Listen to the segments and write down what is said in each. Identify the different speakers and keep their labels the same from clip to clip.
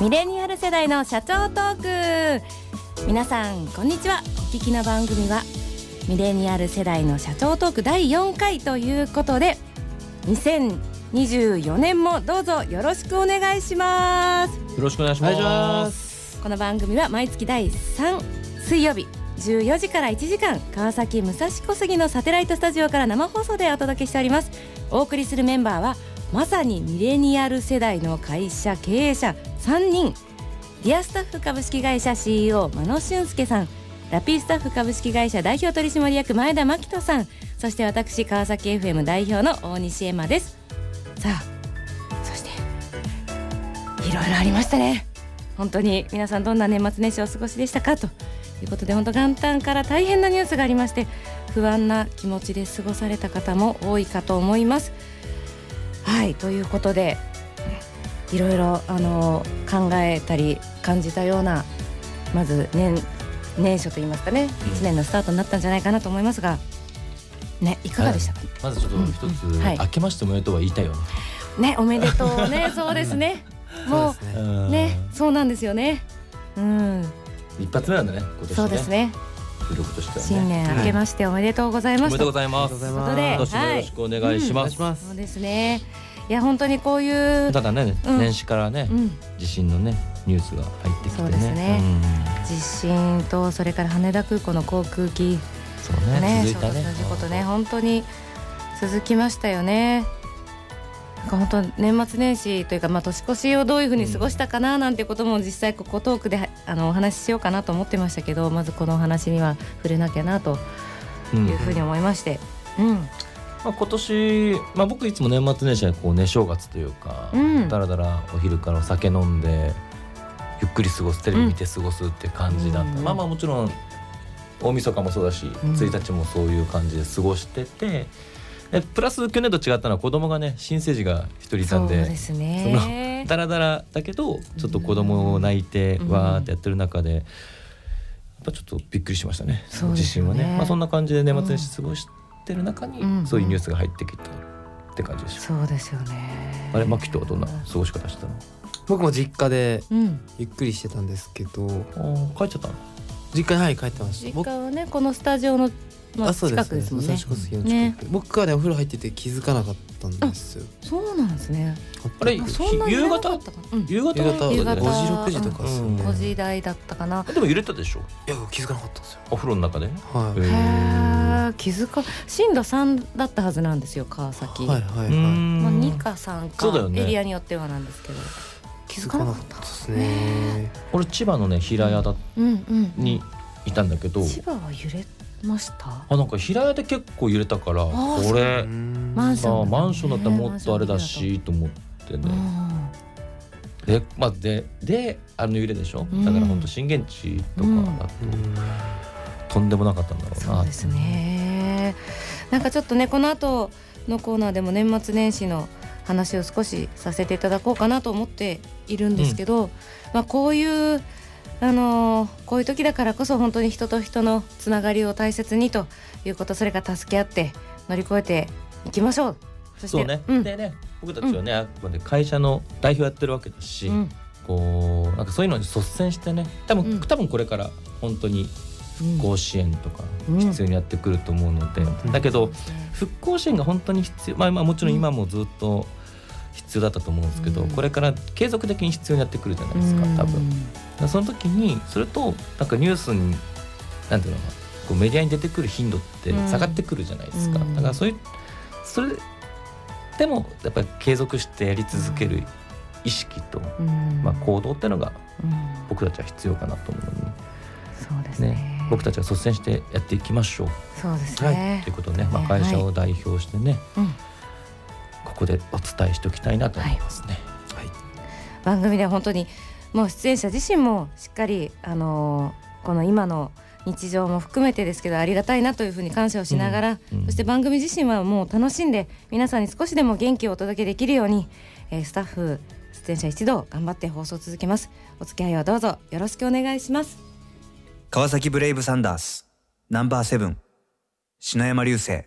Speaker 1: ミレニアル世代の社長トーク皆さんこんにちはお聞きの番組はミレニアル世代の社長トーク第4回ということで2024年もどうぞよろしくお願いします
Speaker 2: よろしくお願いし
Speaker 3: お願いし
Speaker 2: ま。
Speaker 3: ます
Speaker 1: この番組は毎月第3水曜日14時から1時間川崎武蔵小杉のサテライトスタジオから生放送でお届けしておりますお送りするメンバーはまさにミレニアル世代の会社経営者3人ディアスタッフ株式会社 CEO 真野俊介さんラピースタッフ株式会社代表取締役前田真希人さんそして私川崎 FM 代表の大西恵馬ですさあそしていろいろありましたね本当に皆さんどんな年末年始をお過ごしでしたかということで本当元旦から大変なニュースがありまして不安な気持ちで過ごされた方も多いかと思います。はいということでいろいろあの考えたり感じたようなまず年年初といいますかね1年のスタートになったんじゃないかなと思いますが、ね、いかがでしたか、
Speaker 2: まずちょっと一つ、
Speaker 1: うんはい
Speaker 2: 明けましておめでとうは言いたいよね。
Speaker 1: ねおめでとうねそうですねも
Speaker 3: そうです
Speaker 2: う
Speaker 3: ね
Speaker 1: うんねそうなんですよねうん
Speaker 2: 一発目なんだね。今年ね。
Speaker 1: そうです。ね
Speaker 2: 努力としては
Speaker 1: 新
Speaker 2: ね。
Speaker 1: 年明けましておめでとうござい
Speaker 2: お
Speaker 1: ま
Speaker 2: め
Speaker 1: す
Speaker 2: でとうございます。
Speaker 3: おめでと
Speaker 1: と
Speaker 3: うご
Speaker 1: いうこと
Speaker 3: ざ
Speaker 1: で
Speaker 2: 今年も
Speaker 3: いま
Speaker 2: よろしくお願いし
Speaker 3: お願
Speaker 2: ま
Speaker 3: い
Speaker 2: す
Speaker 3: し。ま
Speaker 1: そう
Speaker 3: す。
Speaker 1: ですねいや本当にこういう
Speaker 2: ただね、
Speaker 1: うん
Speaker 2: 年始からね
Speaker 1: う、ん
Speaker 2: 地震のねニュースが入ってきて
Speaker 1: そう
Speaker 2: ね。
Speaker 1: ですね
Speaker 2: うん
Speaker 1: 地震とそれから羽田空港の航空機
Speaker 2: そう
Speaker 1: ね、
Speaker 2: ね続い
Speaker 1: 衝
Speaker 2: た
Speaker 1: 突
Speaker 2: ね
Speaker 1: の事故とね、本当に続きましたよね。なんか本当年末年始というか、まあ、年越しをどういうふうに過ごしたかななんてことも実際ここトークではあのお話ししようかなと思ってましたけどまずこのお話には触れなきゃなと
Speaker 2: うん
Speaker 1: いうふうに思いまして、うん
Speaker 2: まあ、今年、まあ、僕いつも年末年始はこうね正月というか、
Speaker 1: うん
Speaker 2: だらだらお昼からお酒飲んでゆっくり過ごすテレビ見て過ごすっていう感じだった、
Speaker 1: うん
Speaker 2: まあまあもちろん大晦日もそうだし、
Speaker 1: ん
Speaker 2: 1日もそういう感じで過ごしててでプラス去年と違ったのは子供がね新生児が一人いた
Speaker 1: そ
Speaker 2: ん
Speaker 1: う
Speaker 2: で
Speaker 1: ですね。
Speaker 2: ダラダラだけどちょっと子供を泣いて
Speaker 1: うん
Speaker 2: わーってやってる中でやっぱちょっとびっくりしましたね
Speaker 1: そうで
Speaker 2: 地
Speaker 1: す
Speaker 2: 震
Speaker 1: よね
Speaker 2: はね、まあ、そんな感じで年末年始過ごしてる中に、
Speaker 1: うん
Speaker 2: そういうニュースが入ってきたって感じでしょ、
Speaker 1: そうですよね。
Speaker 2: あれマキとはどんな過ごし方してたの
Speaker 3: 僕も実家で
Speaker 1: うん、
Speaker 3: ゆっくりしてたんですけど、
Speaker 2: あー帰っちゃったの
Speaker 3: 実家にはい帰ってました。
Speaker 1: 実家はねこのスタジオの、まあ、
Speaker 3: あそう
Speaker 1: 近くですもんね
Speaker 3: 武。蔵小杉の
Speaker 1: ね
Speaker 3: 近く僕はねお風呂入ってて気づかなかったんですよ。
Speaker 1: そうなんですね。
Speaker 2: あれ
Speaker 3: 夕
Speaker 1: あ
Speaker 2: ひ
Speaker 1: そんなに
Speaker 2: 夕方
Speaker 1: 長かったかなうん
Speaker 2: 夕方
Speaker 3: 方
Speaker 2: だっ
Speaker 3: 5
Speaker 2: たん
Speaker 3: 時
Speaker 2: だ
Speaker 1: 夕方
Speaker 2: ね
Speaker 3: 6時とかですよね。
Speaker 1: 5時台だったかな。
Speaker 2: でも揺れたでしょ
Speaker 3: いや気づかなかったんですよ。
Speaker 2: お風呂の中で
Speaker 3: は
Speaker 2: へ
Speaker 3: い。
Speaker 1: へー気づか震度3だったはずなんですよ川崎、
Speaker 3: はいはいはい。
Speaker 2: うーん
Speaker 1: まあ、2か3
Speaker 2: そうだよ
Speaker 1: か、
Speaker 2: ね
Speaker 1: エリアによってはなんですけど気づかなかった
Speaker 3: ですね。
Speaker 2: 俺千葉のね平屋だ
Speaker 1: うんうん
Speaker 2: にいたんだけど、
Speaker 1: 千葉は揺れました
Speaker 2: あなんか平屋で結構揺れたから
Speaker 1: ー
Speaker 2: これ。
Speaker 1: マンシ
Speaker 2: さ
Speaker 1: ョ
Speaker 2: あ
Speaker 1: ン
Speaker 2: マンションだったらもっとあれだしと思って
Speaker 1: う
Speaker 2: ね、
Speaker 1: ん
Speaker 2: でまあでであの揺れでしょ、
Speaker 1: うん
Speaker 2: だから本当震源地とかだと、とんでもなかったんだろうな
Speaker 1: そうですねなんかちょっとねこの後のコーナーでも年末年始の話を少しさせていただこうかなと思っているんですけど、まあ、こういうあのーこういう時だからこそ本当に人と人のつながりを大切にということそれから助け合って乗り越えていきましょうそして
Speaker 2: そうね、
Speaker 1: うん
Speaker 2: でね僕たちはね、あくまで会社の代表やってるわけだし、
Speaker 1: うん
Speaker 2: こうなんかそういうのに率先してね多分、
Speaker 1: うん
Speaker 2: 多分これから本当に
Speaker 1: うん
Speaker 2: 甲子園とか
Speaker 1: うん
Speaker 2: 必要にやってくると思うので、
Speaker 3: うん
Speaker 2: だけ
Speaker 1: そ
Speaker 2: ど
Speaker 1: うですね
Speaker 2: 復興支援が本当に必要、まあ、まあもちろん今もずっと必要だったと思うんですけど、
Speaker 1: うん
Speaker 2: これから継続的に必要になってくるじゃないですか多分。だからその時にそれとなんかニュースになんていうのかなこうメディアに出てくる頻度って
Speaker 1: うん
Speaker 2: 下がってくるじゃないですか、
Speaker 1: うん
Speaker 2: だからそういうそれでもやっぱり継続してやり続ける意識と、
Speaker 1: うん
Speaker 2: まあ、行動っていうのが
Speaker 1: うん
Speaker 2: 僕たちは必要かなと思うので、
Speaker 1: そうですね
Speaker 2: ね僕たちは率先してやっていきましょう
Speaker 1: そうです
Speaker 3: は
Speaker 1: ね
Speaker 2: ということをね、まあ、
Speaker 1: はい
Speaker 2: 会社を代表してね、
Speaker 1: うん
Speaker 2: ここでお伝えしておきたいなと思いますね。
Speaker 1: 番組では本当にもう出演者自身もしっかり、あのーこの今の日常も含めてですけどありがたいなというふうに感謝をしながら、
Speaker 2: うんうん
Speaker 1: そして番組自身はもう楽しんで皆さんに少しでも元気をお届けできるように、えースタッフ出演者一同頑張って放送を続けますお付き合いをどうぞよろしくお願いします
Speaker 4: 川崎ブレイブサンダースナンバーセブン篠山流星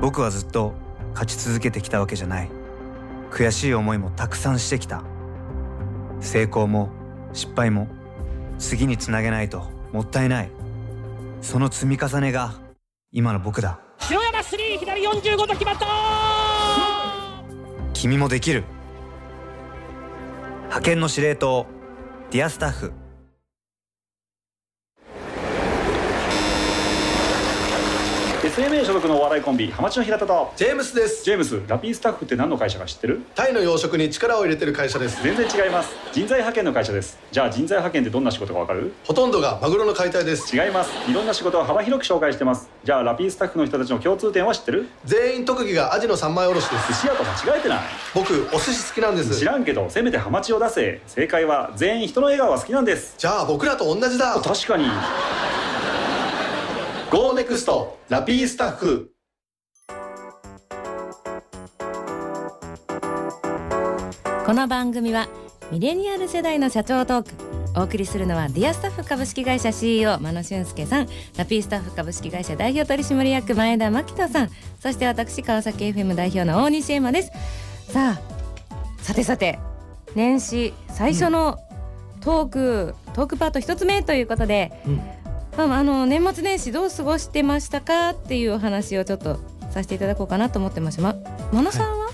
Speaker 4: 僕はずっと勝ち続けてきたわけじゃない悔しい思いもたくさんしてきた成功も失敗も次につなげないともったいないその積み重ねが今の僕だ
Speaker 5: 篠山スリー左45度決まった
Speaker 4: 君もできる派遣の司令塔ディアスタッフ
Speaker 6: え SMA 所属のお笑いコンビハマチの平田と
Speaker 7: ジェームスです
Speaker 6: ジェームスラピースタッフって何の会社か知ってる
Speaker 7: タイの養殖に力を入れてる会社です
Speaker 6: 全然違います人材派遣の会社ですじゃあ人材派遣ってどんな仕事かわかる
Speaker 7: ほとんどがマグロの解体です
Speaker 6: 違いますいろんな仕事を幅広く紹介してますじゃあラピースタッフの人たちの共通点は知ってる
Speaker 7: 全員特技がアジの三枚おろしです
Speaker 6: 寿司屋と間違えてない
Speaker 7: 僕お寿司好きなんです
Speaker 6: 知らんけどせめてハマチを出せ正解は全員人の笑顔が好きなんです
Speaker 7: じゃあ僕らと同じだ
Speaker 6: 確かに
Speaker 7: GO NEXT ラピースタッフ
Speaker 1: この番組はミレニアル世代の社長トークお送りするのはディアスタッフ株式会社 CEO 真野俊介さんラピースタッフ株式会社代表取締役前田真紀人さんそして私川崎 FM 代表の大西恵馬ですさあさてさて年始最初のトーク、トークパート一つ目ということで、
Speaker 2: うん
Speaker 1: まああの年末年始どう過ごしてましたかっていうお話をちょっとさせていただこうかなと思ってますま真野さんは、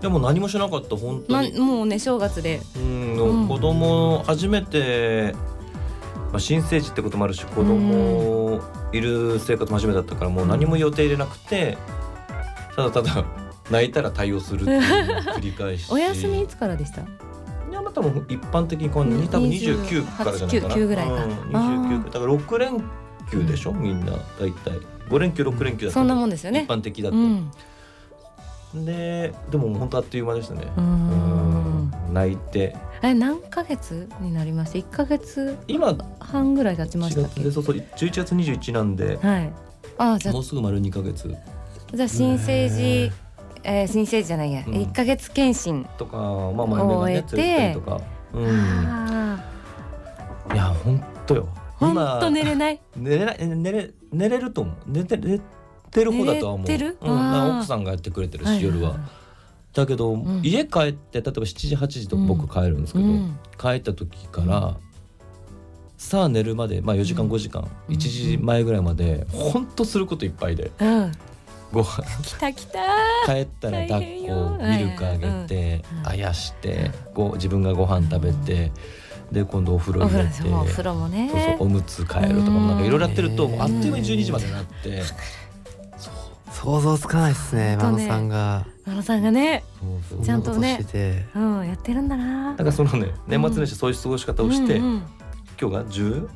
Speaker 2: でも何もしなかった本当
Speaker 1: ま
Speaker 2: に、
Speaker 1: もうね正月で
Speaker 2: うん、
Speaker 1: うん
Speaker 2: 子供初めて、まあ、新生児ってこともあるし子供いる生活も初めてだったからもう何も予定入れなくてただただ泣いたら対応するっ ていう繰り返し
Speaker 1: お休みいつからでした
Speaker 2: いやまたもう一般的にこう
Speaker 1: うん
Speaker 2: 多分29からじゃないかな
Speaker 1: 29 29ぐらいか
Speaker 2: うん
Speaker 1: あー
Speaker 2: 29だから6連休でしょみんな大体5連休6連休だった
Speaker 1: そんなもんですよね
Speaker 2: 一。般的だ
Speaker 1: う
Speaker 2: と、
Speaker 1: ん。
Speaker 2: ででも本当あっという間でしたね
Speaker 1: うーん
Speaker 2: うん泣いて
Speaker 1: え何ヶ月になりました？一ヶ月
Speaker 2: 今
Speaker 1: 半ぐらい経ちまし
Speaker 2: 4
Speaker 1: たっ
Speaker 2: 月でそうそう11月21なんで
Speaker 1: け？はい。ああじゃ
Speaker 2: もうすぐ丸2ヶ月
Speaker 1: あじゃあ新生児、えー、新生児じゃないや
Speaker 2: うん
Speaker 1: 一ヶ月検診。
Speaker 2: とかまあまあ目が
Speaker 1: 終え
Speaker 2: ね
Speaker 1: て
Speaker 2: ついたりとか、うん、
Speaker 1: あ
Speaker 2: いや本当よ
Speaker 1: あ本当寝
Speaker 2: れ
Speaker 1: れない。
Speaker 2: 寝れない寝れ寝れると思う寝て寝てる方だとは思う
Speaker 1: 寝れてる
Speaker 2: うん、ま
Speaker 1: あ
Speaker 2: あ
Speaker 1: ー
Speaker 2: 奥さんがやってくれてる
Speaker 1: は
Speaker 2: し
Speaker 1: い
Speaker 2: 夜は。だけど、
Speaker 1: ん
Speaker 2: 家帰って例えば7時8時と僕帰るんですけ
Speaker 1: う
Speaker 2: ど、
Speaker 1: ん。
Speaker 2: 帰った時からさあ寝るまで、まあ、4時間5時間、
Speaker 1: うん
Speaker 2: 1時前ぐらいまでほんとすることいっぱいで
Speaker 1: うん。
Speaker 2: ご飯
Speaker 1: 来た来た。
Speaker 2: 帰ったら抱っ
Speaker 1: 大変
Speaker 2: こ
Speaker 1: よ
Speaker 2: ミルクあげて、
Speaker 1: うん
Speaker 2: あやしてご自分がご飯食べて、で今度お風呂
Speaker 1: お
Speaker 2: 入
Speaker 1: 風
Speaker 2: れ
Speaker 1: 呂
Speaker 2: て
Speaker 1: そうお風呂もね。
Speaker 2: そうそうおむつ替えるとかもなんかいろいろやってると
Speaker 3: うん
Speaker 2: もうあっという間に12時までになって
Speaker 3: 想像つかないですね
Speaker 1: ほ
Speaker 3: 真
Speaker 1: んと
Speaker 3: 野
Speaker 1: ね
Speaker 3: さんが
Speaker 1: マ野さんがね、
Speaker 2: そうそう
Speaker 1: ちゃんとね
Speaker 3: こなことしてて
Speaker 1: うんやってるんだな
Speaker 2: だか。らそのね年末年始そういう過ごし方をして、
Speaker 1: うんうん
Speaker 2: 今日が17
Speaker 1: うん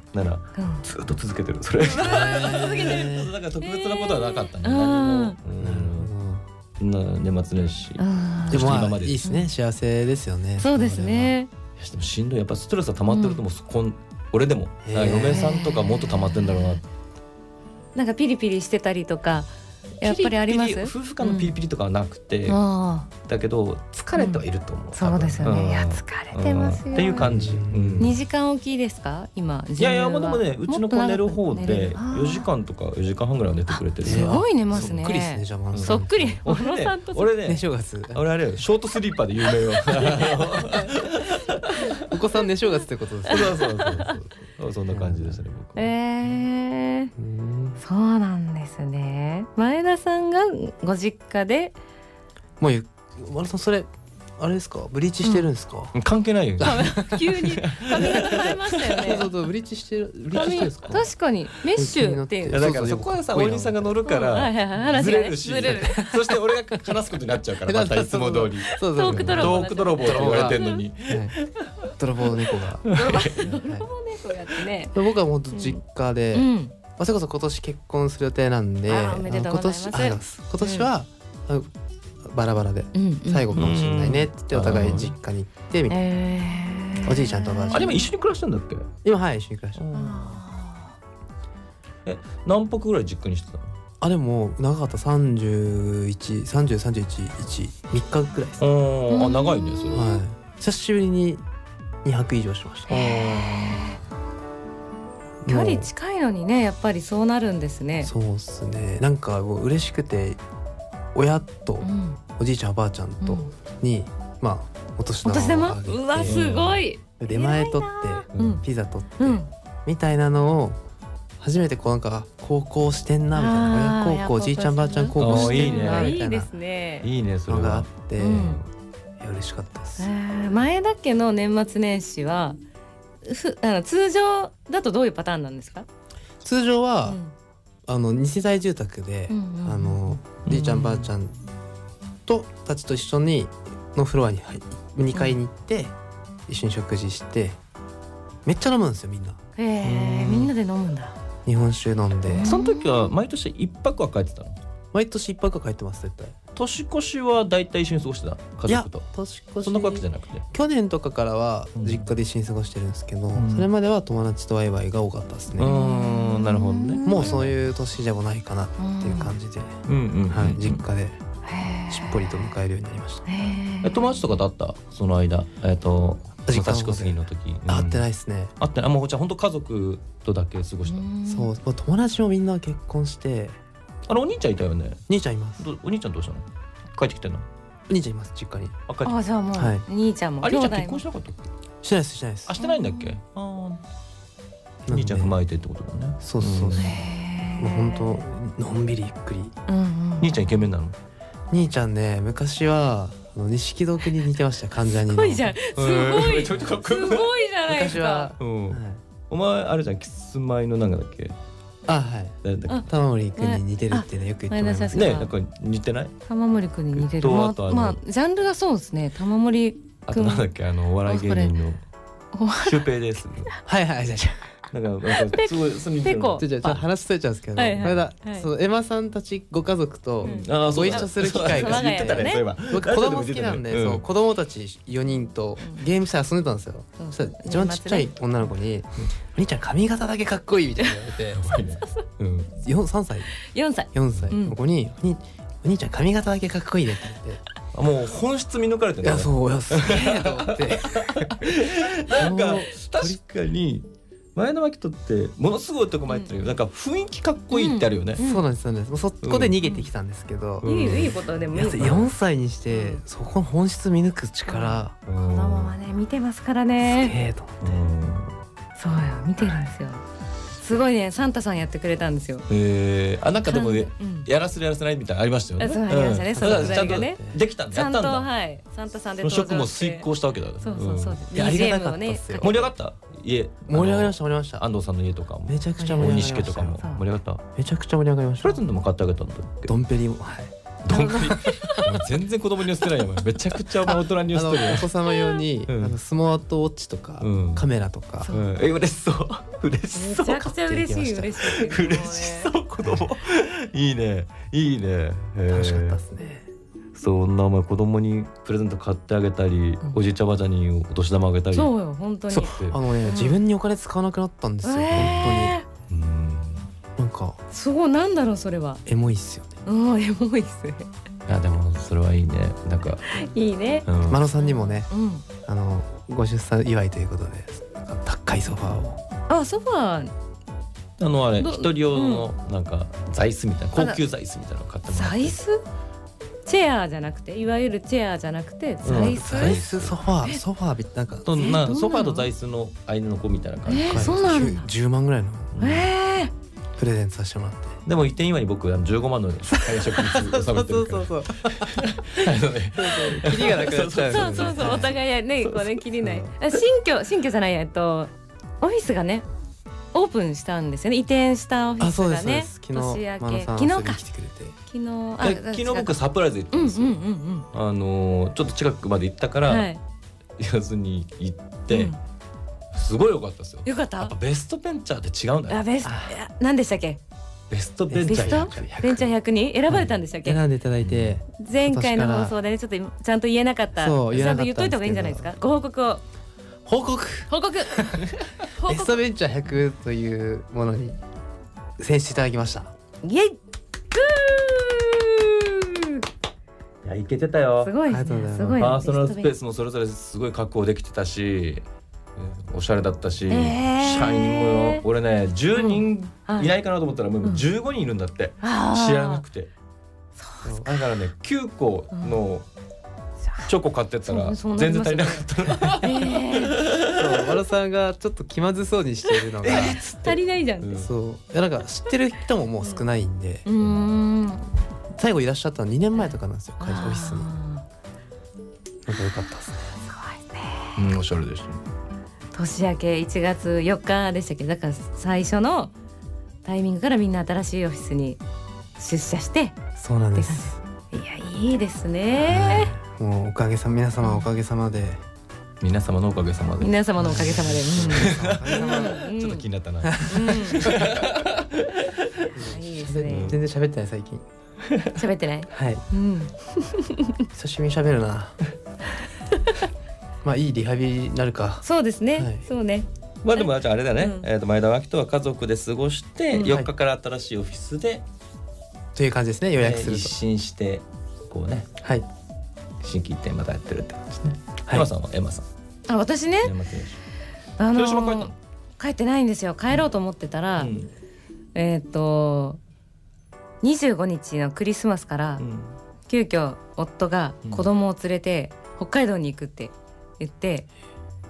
Speaker 2: ずっと続けてるそれだから特別なことはなかったね、
Speaker 1: えー
Speaker 2: 何も
Speaker 3: なる
Speaker 2: うんな年末年始
Speaker 1: うん
Speaker 3: ほど
Speaker 2: そして
Speaker 3: でも
Speaker 2: 今
Speaker 3: まあ
Speaker 2: ま
Speaker 3: い
Speaker 2: で
Speaker 3: いですね幸せですよね
Speaker 1: そうですね。
Speaker 2: いやでもしんどいやっぱストレスが溜まってると思う、こん俺でも
Speaker 3: へー
Speaker 2: だから嫁さんとかもっと溜まってんだろうな
Speaker 1: なんかピリピリしてたりとかやっぱりあります
Speaker 2: ピリピリ夫婦間のピリピリとかはなくて、
Speaker 1: あ
Speaker 2: だけど疲れてはいると思う、
Speaker 1: あそうですよね、
Speaker 2: 多分
Speaker 1: いや疲れてますよ、
Speaker 2: うんっていう感じ、うん
Speaker 1: 2時間おきですか今
Speaker 2: いやいやまあでもねうちの子寝る方で4時
Speaker 1: 間
Speaker 2: 間とか4時間半ぐらいは寝てくれてる
Speaker 1: すごい寝ます
Speaker 3: そ
Speaker 1: ね
Speaker 3: っくりですねじゃあ真野さん
Speaker 1: そっくり小
Speaker 2: 俺
Speaker 1: 野
Speaker 2: ね
Speaker 1: さん と
Speaker 2: 俺
Speaker 3: ね
Speaker 2: ね
Speaker 3: 正月
Speaker 2: 俺あれよショートスリーパーで有名よ
Speaker 3: お子さんね正月ってことですね
Speaker 2: そうそうそうそうそんな感じでしたね僕は、
Speaker 1: えー、
Speaker 3: うん
Speaker 1: そうなんですね前田さんがご実家で
Speaker 3: もうゆ真野さんそれあれですかブリーチしてるんですか、
Speaker 2: 関係ないよね
Speaker 1: 急に髪型変えましたよ
Speaker 3: そ
Speaker 1: ね
Speaker 3: うそうそうブリーチしてるブリーチして
Speaker 1: 髪
Speaker 3: るんですか
Speaker 1: 確かにメッシュってい
Speaker 2: いうやだからそこはさ
Speaker 3: そう
Speaker 2: 大
Speaker 3: そう
Speaker 2: 西さんが乗るか
Speaker 1: うんはいはいはい
Speaker 2: ら
Speaker 1: 話
Speaker 2: ず
Speaker 1: がね
Speaker 2: れるし
Speaker 1: ずれる
Speaker 2: そして俺が話すことになっちゃうからまたい つも通り
Speaker 3: そう
Speaker 1: ト
Speaker 3: そ
Speaker 1: ー
Speaker 3: う
Speaker 1: ク
Speaker 3: そう
Speaker 1: ドラ
Speaker 2: トーク泥棒って言われてんのに
Speaker 3: はい泥棒猫が はい
Speaker 1: そうねそうやってね
Speaker 3: 僕は本当実家で、
Speaker 1: う
Speaker 3: ま
Speaker 1: ん
Speaker 3: あそれこそ今年結婚する予定なんで
Speaker 1: あーおめでとうございます
Speaker 3: あの今年ありがとうございます今年は、あのバラバラで
Speaker 1: うんうん
Speaker 3: 最後かもしれないねって言って
Speaker 2: うん
Speaker 3: お互い実家に行ってみたいな
Speaker 1: えー
Speaker 3: おじいちゃんとおばあちゃん
Speaker 2: あでも一緒に暮らしてんだっけ
Speaker 3: 今はい一緒に暮らしてる
Speaker 1: あ
Speaker 2: 何泊ぐらい実家にしてたの
Speaker 3: あでも長かった313031313日ぐらいですね、
Speaker 2: あ
Speaker 1: うん
Speaker 2: 長いねそれ
Speaker 3: はい久しぶりに2泊以上しました
Speaker 1: ー距離
Speaker 3: もう
Speaker 1: 近いのにねやっぱりそうなるんですね。
Speaker 3: そうっすねなんかもう嬉しくて親と
Speaker 1: うん
Speaker 3: おじいちゃんおばあちゃん
Speaker 1: う
Speaker 3: と
Speaker 1: ん
Speaker 3: に、まあお年
Speaker 1: お
Speaker 3: 玉
Speaker 1: 年玉
Speaker 3: をあげて
Speaker 1: うわすごい
Speaker 3: 出前取って
Speaker 1: うん
Speaker 3: ピザ取って、
Speaker 1: うん
Speaker 3: みたいなのを初めてこうなんか高校してんなみたいな
Speaker 1: あー
Speaker 3: 親孝行じいちゃんばあちゃん
Speaker 1: 親孝
Speaker 3: 高
Speaker 2: 行
Speaker 3: 校
Speaker 2: し
Speaker 3: してて
Speaker 2: ん
Speaker 3: ん
Speaker 2: な
Speaker 3: なみ
Speaker 1: い
Speaker 3: た
Speaker 1: い
Speaker 3: い
Speaker 1: で
Speaker 3: な
Speaker 1: すね
Speaker 2: いいねそれ
Speaker 3: のがあ
Speaker 2: は
Speaker 3: っ。て、
Speaker 1: うん
Speaker 3: いや嬉しかったです。
Speaker 1: えー前田家の年末年始はふあの通常だとどういうパターンなんですか、
Speaker 3: 通常
Speaker 1: う
Speaker 3: は、
Speaker 1: ん
Speaker 3: あの二世帯住宅で、
Speaker 1: うんうん
Speaker 3: あのじいちゃんばあちゃんとたちと一緒にのフロアに入2階に行って、一緒に食事してめっちゃ飲むんですよみんな
Speaker 1: えーみんなで飲むんだ
Speaker 3: 日本酒飲んで
Speaker 2: その時は毎年一泊は帰ってたの。
Speaker 3: 毎年一泊は帰ってます絶対
Speaker 2: 年越しはだいたい一緒に過ごしてた家
Speaker 3: いや
Speaker 2: 族と。
Speaker 3: 年越し
Speaker 2: そんなわけじゃなくて。
Speaker 3: 去年とかからは
Speaker 2: うん
Speaker 3: 実家で一緒に過ごしてるんですけど、
Speaker 2: ん
Speaker 3: それまでは友達とワイワイが多かったです
Speaker 2: う
Speaker 3: ね、
Speaker 2: ーんなるほどね。
Speaker 3: もうそういう年でもないかなっていう感じで、
Speaker 2: うんうんうんうん。
Speaker 3: はい、実家で
Speaker 1: へー
Speaker 3: しっぽりと迎えるようになりました
Speaker 1: へー
Speaker 2: え友達とかと会ったその間えっと
Speaker 3: 実家
Speaker 2: 武蔵小杉の時。うん
Speaker 3: 会ってないですね、
Speaker 2: 会ってない。あもうじゃあ本当家族とだけ過ごした。
Speaker 1: うん
Speaker 3: そうもう友達もみんな結婚して
Speaker 2: あれお兄ちゃんいたよね。
Speaker 3: 兄ちゃんいます
Speaker 2: どお兄ちゃんどうしたの？帰ってきてんの？
Speaker 3: お兄ちゃんいます実家に
Speaker 2: あ帰ってきて
Speaker 1: あじゃあもう、
Speaker 3: はい
Speaker 1: 兄ちゃんも
Speaker 2: あ
Speaker 1: 兄
Speaker 2: 兄
Speaker 1: 弟
Speaker 2: ちゃ
Speaker 1: も
Speaker 2: ん結婚しなかったっけ？
Speaker 3: しないですしないです
Speaker 2: あしてないんだっけ？ああ。
Speaker 3: なんで
Speaker 2: 兄ちゃん踏まえてってことだね。
Speaker 3: そうそうそう、
Speaker 1: へー
Speaker 3: もう本当のんびりゆっくり
Speaker 1: うんうん
Speaker 2: 兄ちゃんイケメンなの。
Speaker 3: 兄ちゃんね昔はあの錦戸君に似てまし た患者に
Speaker 1: すごいじゃんすご
Speaker 2: え
Speaker 1: い
Speaker 2: ーちょっとかっこよ
Speaker 1: す
Speaker 2: くない
Speaker 1: ごいじゃないです
Speaker 3: 昔は
Speaker 1: か、
Speaker 2: うん
Speaker 3: はい、
Speaker 2: お前あれじゃんキスマイのなんかだっけ
Speaker 3: あはい
Speaker 2: 誰だっ
Speaker 1: あ
Speaker 3: 玉森君に似てるってねよく言ってもらいま
Speaker 2: け
Speaker 3: す
Speaker 1: 前
Speaker 2: ね
Speaker 1: 田
Speaker 2: えなんか似てない
Speaker 1: 玉森くんに似てる、
Speaker 2: と
Speaker 1: ま
Speaker 2: あとあ
Speaker 1: あ、
Speaker 2: の
Speaker 1: まあジャンルがそうですね玉森
Speaker 2: あ
Speaker 1: く
Speaker 2: と
Speaker 1: ん
Speaker 2: なんだっけあのお笑い芸人の
Speaker 1: お笑
Speaker 2: シュウペイです
Speaker 3: はいはいじゃあじゃあ
Speaker 2: なんかなんかすごいすごい似てる
Speaker 1: ペコ
Speaker 3: じゃあじゃあ話しとれちゃうんですけど、
Speaker 1: はいはい
Speaker 3: これだ、
Speaker 1: はい
Speaker 3: そのエマさんたちご家族と、
Speaker 1: うん
Speaker 2: ああ
Speaker 3: ご一緒する機会
Speaker 1: が
Speaker 2: 言ってたねそういえば
Speaker 3: 僕子供好きなんで、そう子供たち4人とゲームして遊んでたんですよ、
Speaker 1: うん
Speaker 3: そしたら一番ちっちゃい女の子に「お兄ちゃん髪型だけかっこいい」みたいな言われて
Speaker 2: うんうん
Speaker 3: よん3歳
Speaker 1: 4歳
Speaker 3: 4歳の子に「お兄お兄ちゃん髪型だけかっこいいね」って言って
Speaker 2: あもう本質見抜かれて
Speaker 3: 「い
Speaker 2: る
Speaker 3: やそういやすげえ」と思って
Speaker 2: なんか
Speaker 3: もう
Speaker 2: 確かに前のマキトってものすごい男前ってるけどなんか雰囲気かっこいいってあるよね
Speaker 3: そうなんですそうなんですもうそこで逃げてきたんですけど、
Speaker 2: うん
Speaker 1: いいいいことでも
Speaker 3: い
Speaker 1: いい
Speaker 3: や
Speaker 1: こ
Speaker 3: 4歳にしてそこの本質見抜く力
Speaker 2: うん
Speaker 1: のままね見てますから
Speaker 3: すげ
Speaker 1: ね
Speaker 3: えと思って
Speaker 1: そうよ見てるんですよすごいねサンタさんやってくれたんですよ
Speaker 2: えーあなんかでも
Speaker 1: うん
Speaker 2: やらせるやらせないみたいなのありましたよね
Speaker 1: あそうありましたね
Speaker 2: うん
Speaker 1: その時代がね
Speaker 2: だからちゃんとできたんだ
Speaker 1: ちゃ
Speaker 2: やっ
Speaker 1: ん
Speaker 2: たん
Speaker 1: と
Speaker 2: だ
Speaker 1: はいサンタさんで
Speaker 2: そ
Speaker 1: 登
Speaker 2: の
Speaker 1: 場
Speaker 2: 職務を
Speaker 1: して
Speaker 2: 遂行したわけだよね
Speaker 1: そうそうそう、
Speaker 2: ん
Speaker 3: いやありが
Speaker 1: BGM を
Speaker 3: たかったっ
Speaker 1: ね
Speaker 3: すよ
Speaker 2: 盛り上がった家
Speaker 3: 盛り上がりまし
Speaker 2: した
Speaker 3: 盛り上がりました
Speaker 2: た安藤さんの家とかも
Speaker 3: めちゃくちゃ盛り上がりまし
Speaker 2: 西
Speaker 3: た
Speaker 2: 家とかも
Speaker 1: そう
Speaker 2: 盛り上がった
Speaker 3: めちゃくちゃ盛り上がりま
Speaker 2: プ
Speaker 3: した
Speaker 2: レゼントも買ってあげたんだっけ
Speaker 3: ドンペリもはい
Speaker 2: どんぐりお前全然子供に寄せてないよお前めちゃくちゃお前大人に寄
Speaker 3: あの
Speaker 2: せてるよ
Speaker 3: お子様用に、
Speaker 2: うん
Speaker 3: あのスマートウォッチとか、
Speaker 2: うん
Speaker 3: カメラとか
Speaker 1: そ
Speaker 2: うんえ嬉しそう嬉し
Speaker 1: め
Speaker 2: そう
Speaker 1: ちゃくちゃ嬉しい
Speaker 3: 買
Speaker 1: 嬉しいけど
Speaker 2: 嬉しそ
Speaker 1: も
Speaker 2: う子供いいねいいねへー
Speaker 3: 楽しかったですね、
Speaker 2: そんなお前子供にプレゼント買ってあげたり
Speaker 1: ん
Speaker 2: おじいちゃんおばあちゃんにお年玉あげた
Speaker 1: うね
Speaker 2: り
Speaker 1: そうよ本当に
Speaker 2: そう
Speaker 3: あ
Speaker 2: っ
Speaker 3: のね、
Speaker 1: ん
Speaker 3: 自分にお金使わなくなったんですよ、
Speaker 1: え
Speaker 2: てうん
Speaker 3: 本当になんか
Speaker 1: ー、すごいなんだろうそれは
Speaker 3: エモいっすよね
Speaker 1: うんエモいっすね
Speaker 2: いやでもそれはいいねなんか
Speaker 1: いいね
Speaker 2: うん
Speaker 3: 真野さんにもね
Speaker 1: うん
Speaker 3: あのご出産祝いということでなんか高いソファーを
Speaker 1: あソファー
Speaker 2: あのあれ
Speaker 1: ど
Speaker 2: 一人用のなんか座椅子みたいな
Speaker 1: あら
Speaker 2: 高級座椅子みたいなの買っても
Speaker 1: 座
Speaker 2: らって
Speaker 1: 椅子チェアじゃなくていわゆるチェアじゃなくて座
Speaker 2: うん
Speaker 1: 椅
Speaker 3: 座
Speaker 1: 子、
Speaker 3: 椅子ソファーソファーみたいななんか
Speaker 2: とな
Speaker 1: えどうなの
Speaker 2: ソファーと座椅子の間の子みたいな感じ、
Speaker 1: えー、そうなんあるんだ
Speaker 3: 10万ぐらいの
Speaker 2: うん
Speaker 1: えー、
Speaker 3: プレゼントさせてもらって
Speaker 2: でも移転祝いに僕あの15万の会食に収めてる から
Speaker 3: そう
Speaker 2: あのね
Speaker 3: キリがなくなっちゃう
Speaker 1: そうそうそうお互いねこれ切りないあ新居新居じゃないやえっとオフィスがねオープンしたんですよね移転したオフィ
Speaker 3: あ
Speaker 1: ス
Speaker 3: そうで
Speaker 1: が
Speaker 3: すそうで
Speaker 1: ね
Speaker 3: す昨
Speaker 1: 年
Speaker 3: 日
Speaker 1: 明
Speaker 3: 真野
Speaker 1: け
Speaker 3: さん
Speaker 1: 昨
Speaker 3: 遊
Speaker 1: 日
Speaker 3: び
Speaker 1: か
Speaker 3: に来てくれて
Speaker 1: 昨日あ
Speaker 2: で昨日僕
Speaker 1: 違う
Speaker 2: サプライズ行った
Speaker 1: うん
Speaker 2: ん
Speaker 1: うん
Speaker 2: ですよ、
Speaker 1: うんうん
Speaker 2: あのーちょっと近くまで行ったから、
Speaker 1: はい
Speaker 2: 要するに行って、
Speaker 1: うん
Speaker 2: すごい良かったですよ
Speaker 1: よかっ
Speaker 2: やったぱベストベンチャーって違うんだ
Speaker 1: あ
Speaker 2: よ
Speaker 1: ベストいや何でしたっけ
Speaker 2: ベストベンチャーや
Speaker 1: ベベンチャー100人選ばれたんでしたっけ、
Speaker 3: 選んでいただいて
Speaker 1: 前回の放送でねちょっと今ちゃんと言えなかった
Speaker 3: そう言えなかったん
Speaker 1: ちゃんと言っ
Speaker 3: ですけど
Speaker 1: といた方がいいんじゃないですかご報告を
Speaker 3: 報告
Speaker 1: 報告報
Speaker 3: ベスト
Speaker 1: 告
Speaker 3: ベンチャー100というものに選出いただきました
Speaker 1: イエイグ
Speaker 2: いや行けてた
Speaker 1: ー
Speaker 2: よ
Speaker 1: すごい
Speaker 3: あ
Speaker 1: で
Speaker 3: りが
Speaker 1: す
Speaker 3: とうご
Speaker 1: ね
Speaker 3: ざいます
Speaker 1: すごい
Speaker 2: パーソナルスペースもそれぞれすごい確保できてたしうんおしゃれだったし、
Speaker 1: えー
Speaker 2: 社員もよ俺ね10人
Speaker 1: はい
Speaker 2: いないかなと思ったらもう15人いるんだって、知らなくてそうだからね9個のチョコ買ってったら
Speaker 1: そうそう
Speaker 2: 全
Speaker 1: なり
Speaker 2: 然
Speaker 1: ますよ
Speaker 2: 足
Speaker 1: ね
Speaker 2: りなかった
Speaker 1: て、えー
Speaker 3: 和田さんがちょっと気まずそうにしているのが
Speaker 1: 足りないじゃん。
Speaker 2: う
Speaker 1: うん
Speaker 3: そういやなんか知ってる人ももう少ないんで
Speaker 1: ーん。
Speaker 3: 最後いらっしゃったの2年前とかなんですよ会社
Speaker 1: あ
Speaker 3: オフィス
Speaker 1: ー
Speaker 3: になんか良かったですね
Speaker 1: すごいね。
Speaker 2: うん、おしゃれでしたね。
Speaker 1: 年明け1月4日でしたっけどだから最初のタイミングからみんな新しいオフィスに出社して
Speaker 3: そうなんです
Speaker 1: いやいいですね
Speaker 3: もうおかげさま皆様おかげさまで
Speaker 2: 皆様のおかげさまで。
Speaker 1: 皆様のおかげさまで、うん
Speaker 2: ちょっと気になったな。
Speaker 1: うんうんいいですね
Speaker 3: 全然喋ってない最近
Speaker 1: 喋ってない、
Speaker 3: はい
Speaker 1: うん、
Speaker 3: 久しぶりに喋る なまあいいリハビリになるか
Speaker 1: そうですね、
Speaker 3: はい
Speaker 1: そうね
Speaker 2: まあでもあれだね、
Speaker 1: うん
Speaker 2: えーと前田脇とは家族で過ごして、
Speaker 1: うん
Speaker 2: 4日から新しいオフィスで、
Speaker 3: という感じですね予約
Speaker 2: えー
Speaker 3: する
Speaker 2: 一
Speaker 3: と、
Speaker 2: 新してこうね
Speaker 3: はい
Speaker 2: 新規一転またやってるって感じですね。
Speaker 3: はい
Speaker 2: エマさんはエマさん。
Speaker 1: あ私ね
Speaker 2: エマ選
Speaker 1: あのー
Speaker 2: 広島帰ったの
Speaker 1: 帰ってないんですよ帰ろうと思ってたら、
Speaker 2: 手。うん
Speaker 1: えーっと25日のクリスマスから、
Speaker 2: うん
Speaker 1: 急遽夫が子供を連れて北海道に行くって言って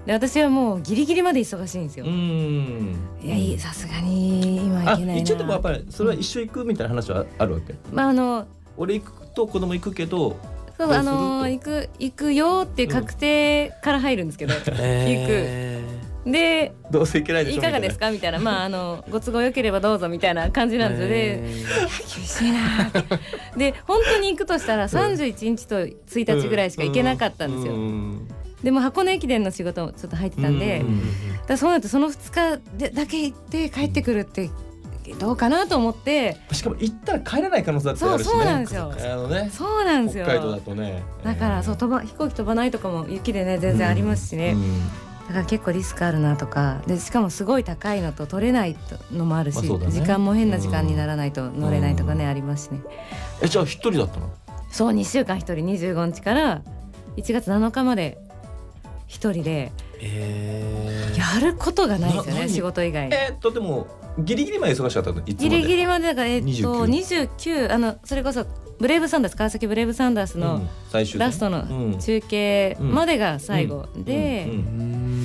Speaker 1: で私はもうギリギリまで忙しいんですよ、
Speaker 2: うん。
Speaker 1: いやいいさすがに今
Speaker 2: あ
Speaker 1: 行けないな
Speaker 2: 一応でもやっぱりそれは一緒行くみたいな話はあるわけ。
Speaker 1: まああの
Speaker 2: 俺行くと子供行くけど、
Speaker 1: そう
Speaker 2: どうする
Speaker 1: あの行く行くよっていう確定から入るんですけど、
Speaker 3: え
Speaker 1: で
Speaker 2: どうせ行けないでしょ
Speaker 1: いかがです
Speaker 2: か
Speaker 1: かみたいなまああのご都合よければどうぞみたいな感じ
Speaker 3: ー
Speaker 1: なんですよで
Speaker 3: え
Speaker 1: 厳しいなーってで本当に行くとしたら31日と1日ぐらいしか行けなかったんですよ、
Speaker 2: うん
Speaker 1: でも箱根駅伝の仕事もちょっと入ってたんで、
Speaker 2: う
Speaker 3: ーうん
Speaker 1: だからそうなるとその2日でだけ行って帰ってくるってどうかなと思って
Speaker 2: しかも行ったら帰れない可能性だってあるしね。
Speaker 1: そうそうなんですよ
Speaker 2: あのね。
Speaker 1: そうなんです
Speaker 2: 北
Speaker 1: よ
Speaker 2: 海道だとね。
Speaker 1: だからそう
Speaker 2: と
Speaker 1: 飛ば飛行機飛ばないとかも雪でね全然ありますしね、だから結構リスクあるなとかでしかもすごい高いのと取れないのもあるし、
Speaker 2: まあそうだね
Speaker 1: 時間も変な時間にならないと乗れないとかね、ありますしね
Speaker 2: えじゃあ一人だったの？
Speaker 1: そう2週間1人25日から1月7日まで一人で
Speaker 3: えー
Speaker 1: やることがないんですよ
Speaker 2: な
Speaker 1: ね
Speaker 2: 何
Speaker 1: 仕事以外に。
Speaker 2: えーっとでもギリギリまで忙しかったのいつまで？
Speaker 1: ギリギリまでだからえっと
Speaker 2: 29
Speaker 1: 29あのそれこそブレイブサンダース川崎ブレイブサンダース
Speaker 2: う
Speaker 1: の
Speaker 2: ん最終
Speaker 1: ラスト
Speaker 2: うん
Speaker 1: の中継までが最後で
Speaker 2: うんう
Speaker 3: う
Speaker 2: で
Speaker 3: んん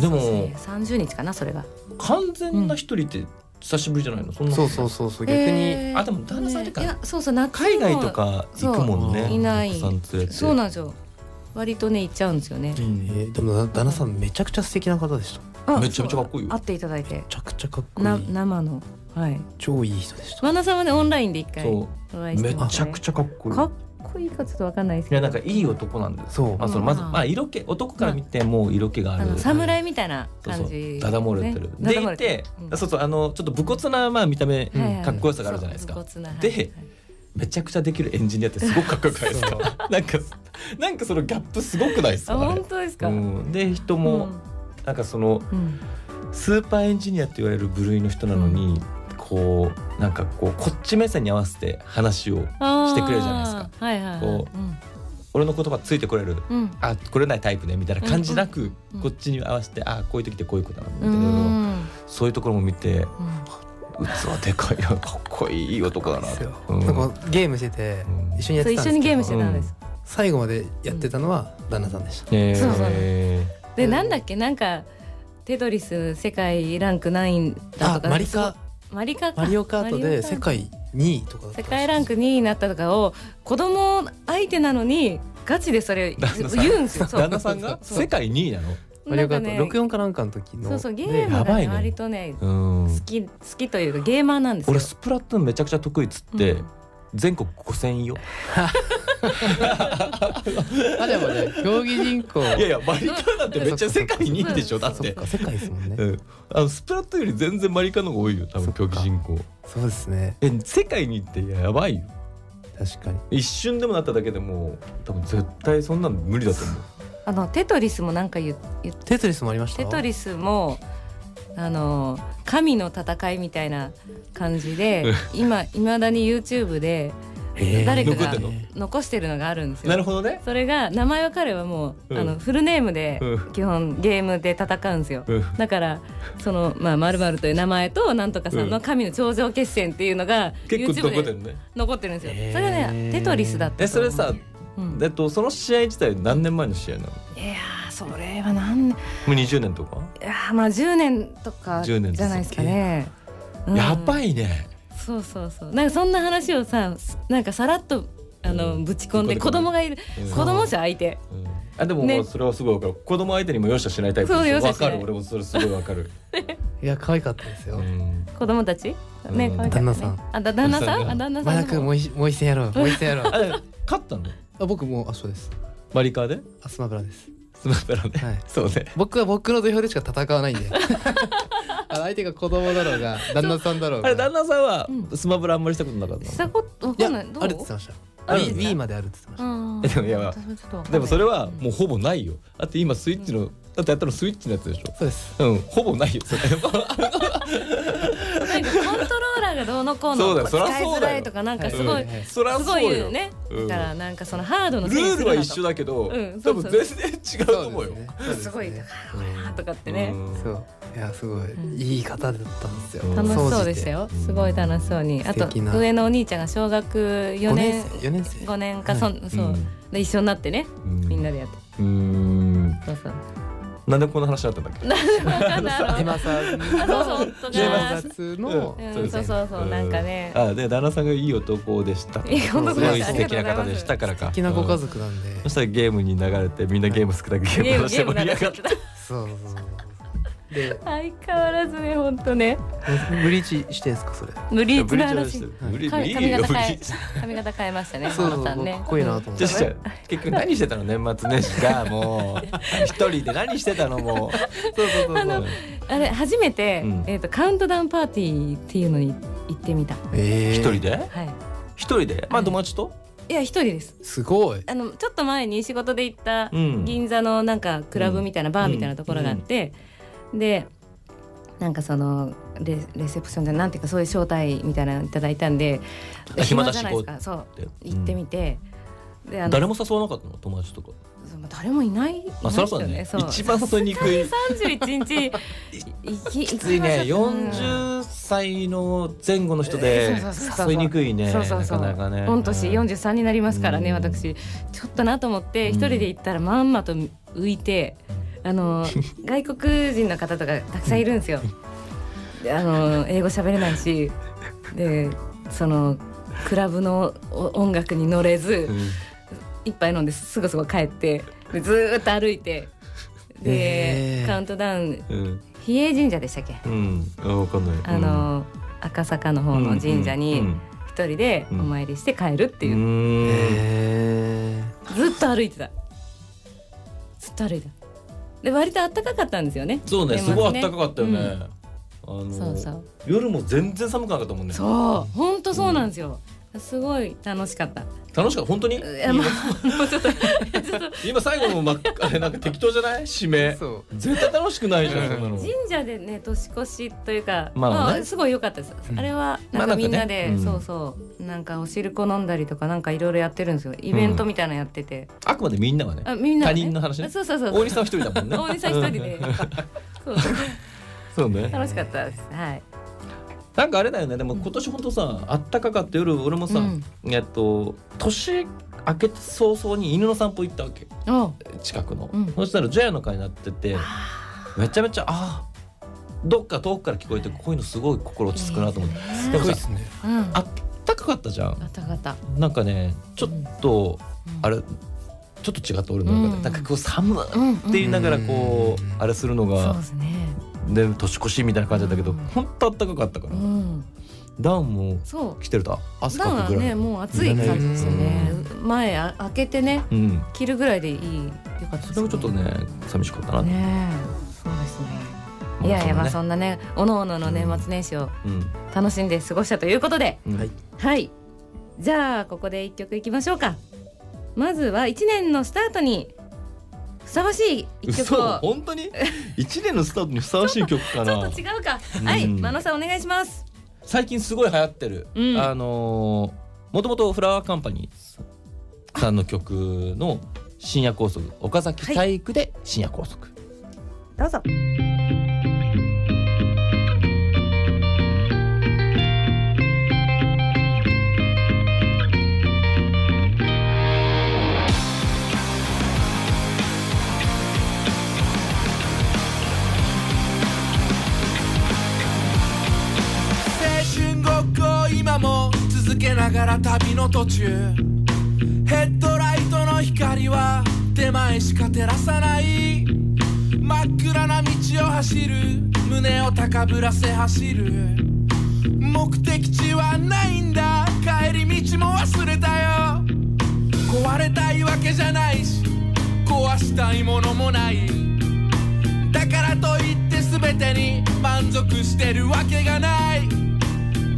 Speaker 1: そうです
Speaker 2: も
Speaker 1: ね30日かなそれが
Speaker 2: 完全な一人って久しぶりじゃないの？そんな。
Speaker 3: そうそうそうそう逆に
Speaker 1: えー
Speaker 2: あでも旦那さんとか
Speaker 1: いやそうそう夏も
Speaker 2: 海外とか行くもんね。
Speaker 3: そうい
Speaker 1: ない
Speaker 2: 奥さん連れて。
Speaker 1: そうなんですよ割とね行っちゃうんですよね
Speaker 2: う
Speaker 3: え
Speaker 2: ん
Speaker 3: ーでもな旦那さんめちゃくちゃ素敵な方でしため
Speaker 1: あ
Speaker 2: めちゃめちゃかっこいいよ
Speaker 1: そう会っていただいて
Speaker 3: ちゃくちゃかっこい
Speaker 1: ない生のはい
Speaker 3: 超いい人でした
Speaker 1: 真田さんはねオンラインで一回
Speaker 2: そ。
Speaker 1: お会いうして
Speaker 2: め
Speaker 1: ます
Speaker 2: ちゃくちゃかっこいい。
Speaker 1: かっこいいかちょっとわかんないです
Speaker 2: い
Speaker 1: け
Speaker 2: や
Speaker 1: ど
Speaker 2: なんかいい男なんです。
Speaker 3: そう
Speaker 2: まあそのまずまあ色気男から見てもう色気があ
Speaker 1: あ
Speaker 2: る
Speaker 1: の。侍みたいな
Speaker 2: そうそ
Speaker 1: 感
Speaker 2: う
Speaker 1: じ
Speaker 2: ダダ漏れてる
Speaker 1: ね。ダ
Speaker 2: で
Speaker 1: ダ漏
Speaker 2: い
Speaker 1: れて
Speaker 2: て
Speaker 1: うん、
Speaker 2: そうそうあのちょっと武骨なまあ見た目
Speaker 3: うん
Speaker 1: はいはい
Speaker 2: かっこよさがあるじゃないですか
Speaker 1: そう武骨な
Speaker 2: で
Speaker 1: はいはい
Speaker 2: めちゃくちゃできるエンジニアってすごくかっこよくないですか なんかなんかそのギャップすごくないです
Speaker 1: あ
Speaker 2: かあれ
Speaker 1: 本当ですか。
Speaker 2: うん、で人もなんかその
Speaker 1: うん
Speaker 2: スーパーエンジニアって言われる部類の人なのに、こうなんかこうこっち目線に合わせて話をしてくれるじゃないですか。
Speaker 1: あーはいはいはい。
Speaker 2: こ俺の言葉ついてこれる
Speaker 1: う。うん。
Speaker 2: あ来れないタイプねみたいな感じなく、
Speaker 1: うん
Speaker 2: こっちに合わせてあこういう時ってこういうことなのみた
Speaker 1: う
Speaker 2: い
Speaker 1: ん。
Speaker 2: な
Speaker 1: う
Speaker 2: のを
Speaker 1: ん
Speaker 2: そういうところも見て器でかいなかっこいいい男だな
Speaker 3: ですよ
Speaker 2: うん
Speaker 3: なんかゲームしてて
Speaker 2: うん
Speaker 3: 一緒にやっ
Speaker 1: そう
Speaker 3: て
Speaker 1: 一緒
Speaker 3: たんです
Speaker 1: に
Speaker 3: け
Speaker 1: ゲーム
Speaker 3: ど
Speaker 1: してたんです。
Speaker 3: 最後までやってたのは旦那さんでした
Speaker 2: え
Speaker 1: そうそう
Speaker 2: え
Speaker 1: でなんだっけなんかテトリス世界ランク何位だ
Speaker 3: あ
Speaker 1: とか。
Speaker 3: マリカ
Speaker 1: マリカか。
Speaker 3: マリオカート
Speaker 1: マリ
Speaker 3: で
Speaker 1: オカ
Speaker 3: 世界2位とかだった
Speaker 1: 世
Speaker 3: らしいです
Speaker 1: 界ランク2位になったとかを子供相手なのにガチでそれ
Speaker 2: 旦那さん
Speaker 1: 言うんです よ。そう
Speaker 2: 旦那さんが
Speaker 1: そう
Speaker 2: 世界2位なの
Speaker 3: マリオカー
Speaker 1: なんかね
Speaker 3: ト64かなんかの時の
Speaker 1: そうそうゲ
Speaker 3: で
Speaker 1: ーム
Speaker 2: や
Speaker 1: が
Speaker 2: ばい
Speaker 1: ね
Speaker 2: ね
Speaker 1: 割とね
Speaker 2: うん
Speaker 1: 好き好きというかゲーマーなんですよ。
Speaker 2: 俺スプラトゥーンめちゃくちゃ得意っつって、
Speaker 1: うん
Speaker 2: 全国5000位よ
Speaker 3: あでもね競技人口
Speaker 2: いやいやマリカなんてめっちゃ世界2位でしょ
Speaker 1: そ
Speaker 2: だ
Speaker 1: っ
Speaker 2: っ
Speaker 1: か
Speaker 2: て
Speaker 3: そっか世界ですもんね、
Speaker 2: うん、あのスプラトゥーンより全然マリカの方が多いよ多分競技人口
Speaker 3: そうですね
Speaker 2: え世界にってやばいよ
Speaker 3: 確かに
Speaker 2: 一瞬でもなっただけでもう多分絶対そんなの無理だと思う
Speaker 1: あのテトリスもなんか言言っ
Speaker 3: テトリスもありました
Speaker 1: テトリスもあの神の戦いみたいな感じで今いまだに YouTube で
Speaker 3: えー
Speaker 1: 誰か
Speaker 2: 残っ
Speaker 1: が
Speaker 2: てんの
Speaker 1: 残してるのがあるんですよ。
Speaker 2: なるほどね
Speaker 1: それが名前は彼はもう、
Speaker 2: うん
Speaker 1: あのフルネームで
Speaker 2: うん
Speaker 1: 基本ゲームで戦うんですよ。
Speaker 2: うん
Speaker 1: だからそのまあまるという名前となんとかさんの神の頂上決戦っていうのが
Speaker 2: 結構どこ
Speaker 1: YouTube
Speaker 2: で
Speaker 1: で
Speaker 2: ね
Speaker 1: 残ってるんですよ。
Speaker 3: へー
Speaker 1: それがねテトリスだった
Speaker 2: え
Speaker 1: と
Speaker 2: そ
Speaker 1: 思う。
Speaker 2: れさ、
Speaker 1: うん、
Speaker 2: えっと、その試合自体何年前の試合なの
Speaker 1: いやーそれはなんい
Speaker 2: もう20年とか、
Speaker 1: やーまあ10年とかじゃ
Speaker 2: 10
Speaker 1: ない
Speaker 2: 年
Speaker 1: ですかね。うん
Speaker 2: やばいね
Speaker 1: そうそうそうなんかそんな話をさなんかさらっとあの、
Speaker 2: うん
Speaker 1: ぶち込んで
Speaker 2: ぶち
Speaker 1: 子
Speaker 2: 込んで
Speaker 1: 供がいる
Speaker 2: うん
Speaker 1: 子供じゃ相手
Speaker 2: うんあでも
Speaker 1: ね
Speaker 2: もうそれはすごい分かる、子供相手にも容赦しないタイプです
Speaker 1: そ
Speaker 2: よ
Speaker 1: う容
Speaker 2: わ
Speaker 1: 赦しな
Speaker 2: か
Speaker 1: い
Speaker 2: る俺もそれすごい分かる、
Speaker 3: いや可愛かったですよ、
Speaker 2: うん
Speaker 1: 子供たちね、
Speaker 2: うん
Speaker 1: 可愛かったね
Speaker 3: 旦那さん
Speaker 1: あだ旦那さ
Speaker 2: 旦那さん
Speaker 1: ん
Speaker 2: が
Speaker 1: あ旦那さ
Speaker 3: マ
Speaker 1: ん
Speaker 3: ヤ
Speaker 1: の方
Speaker 3: 君もう一もう一戦やろうもう一戦やろう
Speaker 2: あ勝ったの
Speaker 3: あ僕もうあそうです
Speaker 2: マリカーで
Speaker 3: あスマブラです
Speaker 2: スマブラね、
Speaker 3: はい
Speaker 2: そうね
Speaker 3: 僕は僕の土俵でしか戦わない んであの相手が子供だろうが旦那さんだろう
Speaker 2: あ
Speaker 3: が
Speaker 2: れ旦那さんは
Speaker 1: う
Speaker 2: スマブラあんまりしたことなかったの
Speaker 1: したことわ
Speaker 3: い
Speaker 1: か
Speaker 3: や
Speaker 1: んないどう
Speaker 3: あるって言ってました
Speaker 2: あるん
Speaker 3: B,
Speaker 2: だ
Speaker 3: B まであるって言ってました、
Speaker 1: うん
Speaker 2: えでもいや
Speaker 1: 私もちょっとわかんない
Speaker 2: でもそれはもうほぼないよだって今スイッチの、だってやったのスイッチのやつでし
Speaker 3: そうです
Speaker 2: ょうんほぼないよ それ
Speaker 1: なんかコントローラーがどうのこうの
Speaker 2: そうだよ
Speaker 1: こう
Speaker 2: そりゃ
Speaker 1: 使い
Speaker 2: そう
Speaker 1: づ
Speaker 2: だ
Speaker 1: ら
Speaker 2: よ
Speaker 1: いとかなんかす
Speaker 2: は
Speaker 1: ご
Speaker 2: い
Speaker 1: い
Speaker 2: そりゃ
Speaker 1: すご
Speaker 2: そう
Speaker 1: い
Speaker 2: よ
Speaker 1: 言うね
Speaker 2: うん
Speaker 1: だからなんかそのハードの
Speaker 2: ルールは一緒
Speaker 1: だ
Speaker 2: だけど、
Speaker 1: うんそ
Speaker 2: 多
Speaker 1: うそ
Speaker 2: 分
Speaker 1: う
Speaker 2: 全然違うと思うよ
Speaker 3: そうです
Speaker 1: ごいだ
Speaker 3: ね
Speaker 1: からこれはとかってね
Speaker 2: うん
Speaker 3: そういやすご
Speaker 1: ん
Speaker 3: いいい方だったんですよ、
Speaker 2: うん
Speaker 1: 楽しそうで
Speaker 3: 総じ
Speaker 1: してたよすごい楽しそうにあ
Speaker 3: 素
Speaker 1: と
Speaker 3: 敵な
Speaker 1: 上のお兄ちゃんが小学4
Speaker 3: 5
Speaker 1: 年
Speaker 3: 年生4年生
Speaker 1: 5年かそんそうで一緒になってね
Speaker 2: うん
Speaker 1: みんなでやって
Speaker 2: うん
Speaker 1: そうそう
Speaker 2: なんでこんな話になったんだっけ
Speaker 3: 手間さん
Speaker 1: そうそう本
Speaker 3: の
Speaker 1: 当だ
Speaker 3: 手間雑の
Speaker 1: うん
Speaker 2: そうです
Speaker 1: そうそ
Speaker 2: ね
Speaker 1: うそうなんかね
Speaker 2: あで旦那さんがいい男でした
Speaker 1: いい男でした
Speaker 2: すごい素敵な方でしたからか
Speaker 3: 好きなご家族なんで、
Speaker 2: うんそしたらゲームに流れてみんなゲーム好きだけゲ
Speaker 1: ゲ
Speaker 2: ー
Speaker 1: ー
Speaker 2: ム
Speaker 1: ムゲ
Speaker 2: のし
Speaker 1: ームな
Speaker 2: て盛
Speaker 1: ん
Speaker 2: り上
Speaker 1: か
Speaker 2: が
Speaker 1: やって
Speaker 2: っ
Speaker 1: てた
Speaker 3: そうそうそうで
Speaker 1: 相変わらずね本当ね
Speaker 3: ブリーチしてんすかそれ
Speaker 1: 無理
Speaker 2: ブリ
Speaker 1: な
Speaker 2: ーチ
Speaker 1: 話
Speaker 2: してるブリ
Speaker 1: 髪
Speaker 2: い
Speaker 1: 髪
Speaker 2: いよ
Speaker 1: 型
Speaker 2: ブリ
Speaker 1: 変え
Speaker 2: ーチ
Speaker 1: 髪型変えましたね
Speaker 3: そうそう
Speaker 1: 浜田さんね
Speaker 3: かっこいいなと思って
Speaker 2: じゃあじゃあ結局何してたの年末年始がもう一人で何してたのもう
Speaker 3: そうそうそうそう
Speaker 1: あれ初めて、
Speaker 2: うん
Speaker 1: えっ、とカウントダウンパーティーっていうのに行ってみた。
Speaker 3: えー
Speaker 2: 一人で
Speaker 1: はい。
Speaker 2: 一人でまあ友達と
Speaker 1: いや一人です。
Speaker 3: すごい
Speaker 1: あのちょっと前に仕事で行った
Speaker 2: うん
Speaker 1: 銀座のなんかクラブみたいな、バーみたいなところがあって、でなんかそのレレセプションでなんていうかそういう招待みたいなのいただいたんで
Speaker 2: あ暇だし
Speaker 1: じゃないですか。そう
Speaker 2: で
Speaker 1: 行ってみて、であ
Speaker 2: 誰も誘わなかったの友達とか
Speaker 1: そう誰もいないいない
Speaker 2: あそりゃそうだね
Speaker 1: ですよ
Speaker 2: 一番誘いにくい
Speaker 1: 三十一日いきき
Speaker 2: きついね
Speaker 1: 四十
Speaker 2: 40歳の前後の人で
Speaker 1: そうそうそうそう
Speaker 2: 誘いにくいね
Speaker 1: そうそう
Speaker 2: な
Speaker 1: そう
Speaker 2: かなかね
Speaker 1: 御年
Speaker 2: うん
Speaker 1: 43になりますからね、
Speaker 2: うん
Speaker 1: 私ちょっとなと思って
Speaker 2: うん
Speaker 1: 一人で行ったらまんまと浮いて、あ の外国人の方とかたくさんいるんですよ。であの英語喋れないしでそのクラブのお音楽に乗れず
Speaker 2: うん
Speaker 1: 一杯飲んですぐそこ帰ってでずーっと歩いてで、
Speaker 3: へー
Speaker 1: カウントダウン
Speaker 2: うん
Speaker 1: 比叡神社でしたっけ
Speaker 2: うんあわかんない
Speaker 1: あの、赤坂の
Speaker 2: う
Speaker 1: 方
Speaker 2: ん
Speaker 1: の神社
Speaker 2: うんうん
Speaker 1: に一人でお参りして帰るっていうう、
Speaker 2: ん
Speaker 3: え
Speaker 1: ずっと歩いてたずっと歩いてたで割と暖かかったんですよね
Speaker 2: そうね
Speaker 1: 年
Speaker 2: す
Speaker 1: 末
Speaker 2: ごい暖かかったよ
Speaker 1: う
Speaker 2: ね、
Speaker 1: ん
Speaker 2: あの
Speaker 1: そうそう
Speaker 2: 夜も全然寒くなかったもんね
Speaker 1: そうほんとそうなんですよ、すごい楽しかった
Speaker 2: 楽しかった本当に
Speaker 1: いやもうもうちょっと
Speaker 2: 今最後の、ま、あれなんか適当じゃない締め
Speaker 3: そ
Speaker 2: 絶対楽しくないじゃんそんなの
Speaker 1: 神社でね年越しというか、
Speaker 2: まあね
Speaker 1: まあすごい良かったです、あれは
Speaker 2: ま
Speaker 1: なんか
Speaker 2: あなんかね
Speaker 1: みんなで、
Speaker 2: うん
Speaker 1: そうそうなんかお汁粉飲んだりとかなんかいろいろやってるんですよイベントみたいなのやってて、
Speaker 2: あくまでみんながね
Speaker 1: あみんな、ね、
Speaker 2: 他人の話ね
Speaker 1: そうそうそう
Speaker 2: 大西さん一人だもんね
Speaker 1: 大西さん一人 で
Speaker 2: うん
Speaker 1: そうそう
Speaker 2: そうね
Speaker 1: 楽しかったです。はい。
Speaker 2: なんかあれだよねでも今年本当さあったかかった夜俺もさ、
Speaker 1: うん
Speaker 2: えっと年明けて早々に犬の散歩行ったわけ
Speaker 1: お、
Speaker 2: 近くの、
Speaker 1: うん
Speaker 2: そしたら除夜の会になっててめちゃめちゃあーどっか遠くから聞こえてこういうのすごい心落ち着くなと思って
Speaker 1: いい
Speaker 2: で
Speaker 1: です
Speaker 2: も
Speaker 1: ね
Speaker 2: さ
Speaker 3: すね
Speaker 1: うん。
Speaker 2: あったかかったじゃ
Speaker 1: あ
Speaker 2: ん
Speaker 1: ったかった。
Speaker 2: なんかねちょっと、
Speaker 1: うん
Speaker 2: あれちょっと違った俺の中で、
Speaker 1: うん
Speaker 2: なんかこう寒っ
Speaker 1: うん、
Speaker 2: て言いながらこう、
Speaker 3: うん
Speaker 2: あれするの
Speaker 1: そう
Speaker 2: が
Speaker 1: ですね。
Speaker 2: で年越しみたいな感じだったけど、
Speaker 1: うん
Speaker 2: ほんと暖かかったから、
Speaker 1: うん。
Speaker 2: ダウンも
Speaker 1: そ
Speaker 2: 着てると
Speaker 1: う。
Speaker 2: 汗
Speaker 1: ダウン
Speaker 2: か
Speaker 1: は
Speaker 2: くぐらい、
Speaker 1: ね、もう暑い感じですよね。前あ開けてね、
Speaker 2: うん
Speaker 1: 着るぐらいでいい。よかったですね
Speaker 2: それもちょっとね寂しかったな、
Speaker 1: ねえそうですね。いやいや、まあ、そんなね、おのおのの年末年始を
Speaker 2: うん
Speaker 1: 楽しんで過ごしたということで。
Speaker 2: うん
Speaker 3: はい
Speaker 1: はい。じゃあここで一曲いきましょうか。まずは一年のスタートにふさわしい一曲
Speaker 2: 嘘
Speaker 1: を。
Speaker 2: 本当に一年のスタートにふさわしい曲か
Speaker 1: ちょ
Speaker 2: な
Speaker 1: っと違うか。はい、
Speaker 2: うん
Speaker 1: 真野さんお願いします。
Speaker 2: 最近すごい流行ってる、
Speaker 1: うん
Speaker 2: あのー、もともとフラワーカンパニーさんの曲の深夜高速岡崎体育で深夜高速、
Speaker 1: どうぞ。
Speaker 8: 「けながら旅の途中ヘッドライトの光は手前しか照らさない真っ暗な道を走る胸を高ぶらせ走る目的地はないんだ帰り道も忘れたよ壊れたいわけじゃないし壊したいものもないだからといって全てに満足してるわけがない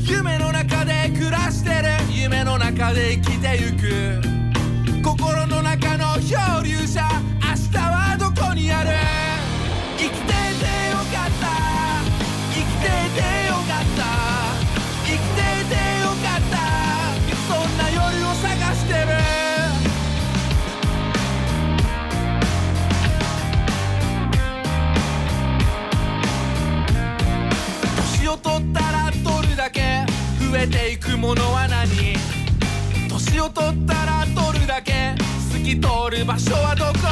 Speaker 8: 夢の中で暮らしてる夢の中で生きてゆく心の中の漂流者明日はどこにある生きててよかった生きててよかった生きててよかったそんな夜を探してる年を取ったら取るだけ増えていくものは何年を取ったら取るだけ透き通る場所はどこ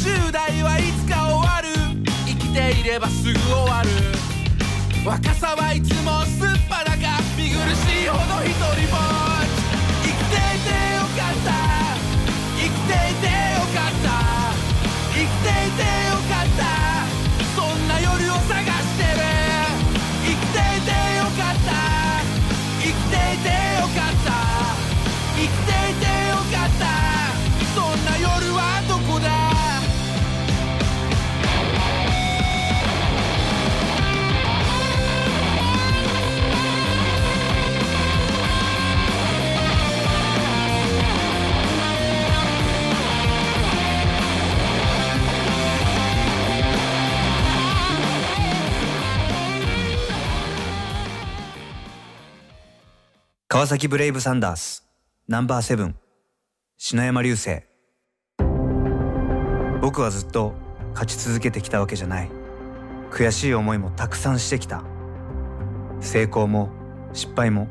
Speaker 8: 10代はいつか終わる生きていればすぐ終わる若さはいつもすっぱだか見苦しいほど一人ぼっち生きていてよかった生きていてよかった生きていてよかったそんな夜を探してる生きていてよかった生きていてよかった生きていてよかったそんな夜はどこだ
Speaker 4: 川崎ブレイブサンダースナンバーセブン篠山流星僕はずっと勝ち続けてきたわけじゃない悔しい思いもたくさんしてきた成功も失敗も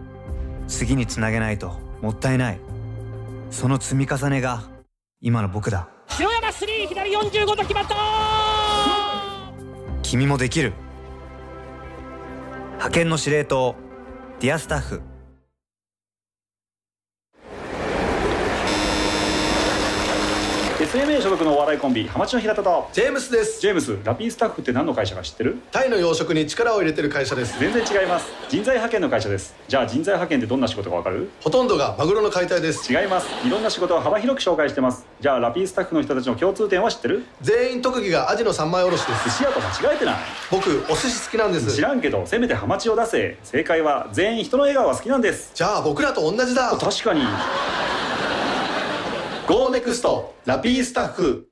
Speaker 4: 次につなげないともったいないその積み重ねが今の僕だ
Speaker 5: 城山スリー左45度決まった
Speaker 4: 君もできる派遣の司令塔ディアスタッフ
Speaker 6: い SMA 所属のお笑いコンビハマチの平田と
Speaker 7: ジェームスです
Speaker 6: ジェームスラピースタッフって何の会社か知ってる
Speaker 7: タイの養殖に力を入れてる会社です
Speaker 6: 全然違います人材派遣の会社ですじゃあ人材派遣ってどんな仕事かわかる
Speaker 7: ほとんどがマグロの解体です
Speaker 6: 違いますいろんな仕事を幅広く紹介してますじゃあラピースタッフの人たちの共通点は知ってる
Speaker 7: 全員特技がアジの三枚おろしです
Speaker 6: 寿司屋と間違えてない
Speaker 7: 僕お寿司好きなんです
Speaker 6: 知らんけどせめてハマチを出せ正解は全員人の笑顔が好きなんです
Speaker 7: じゃあ僕らと同じだ
Speaker 6: 確かに
Speaker 7: GO NEXT ラピースタッフ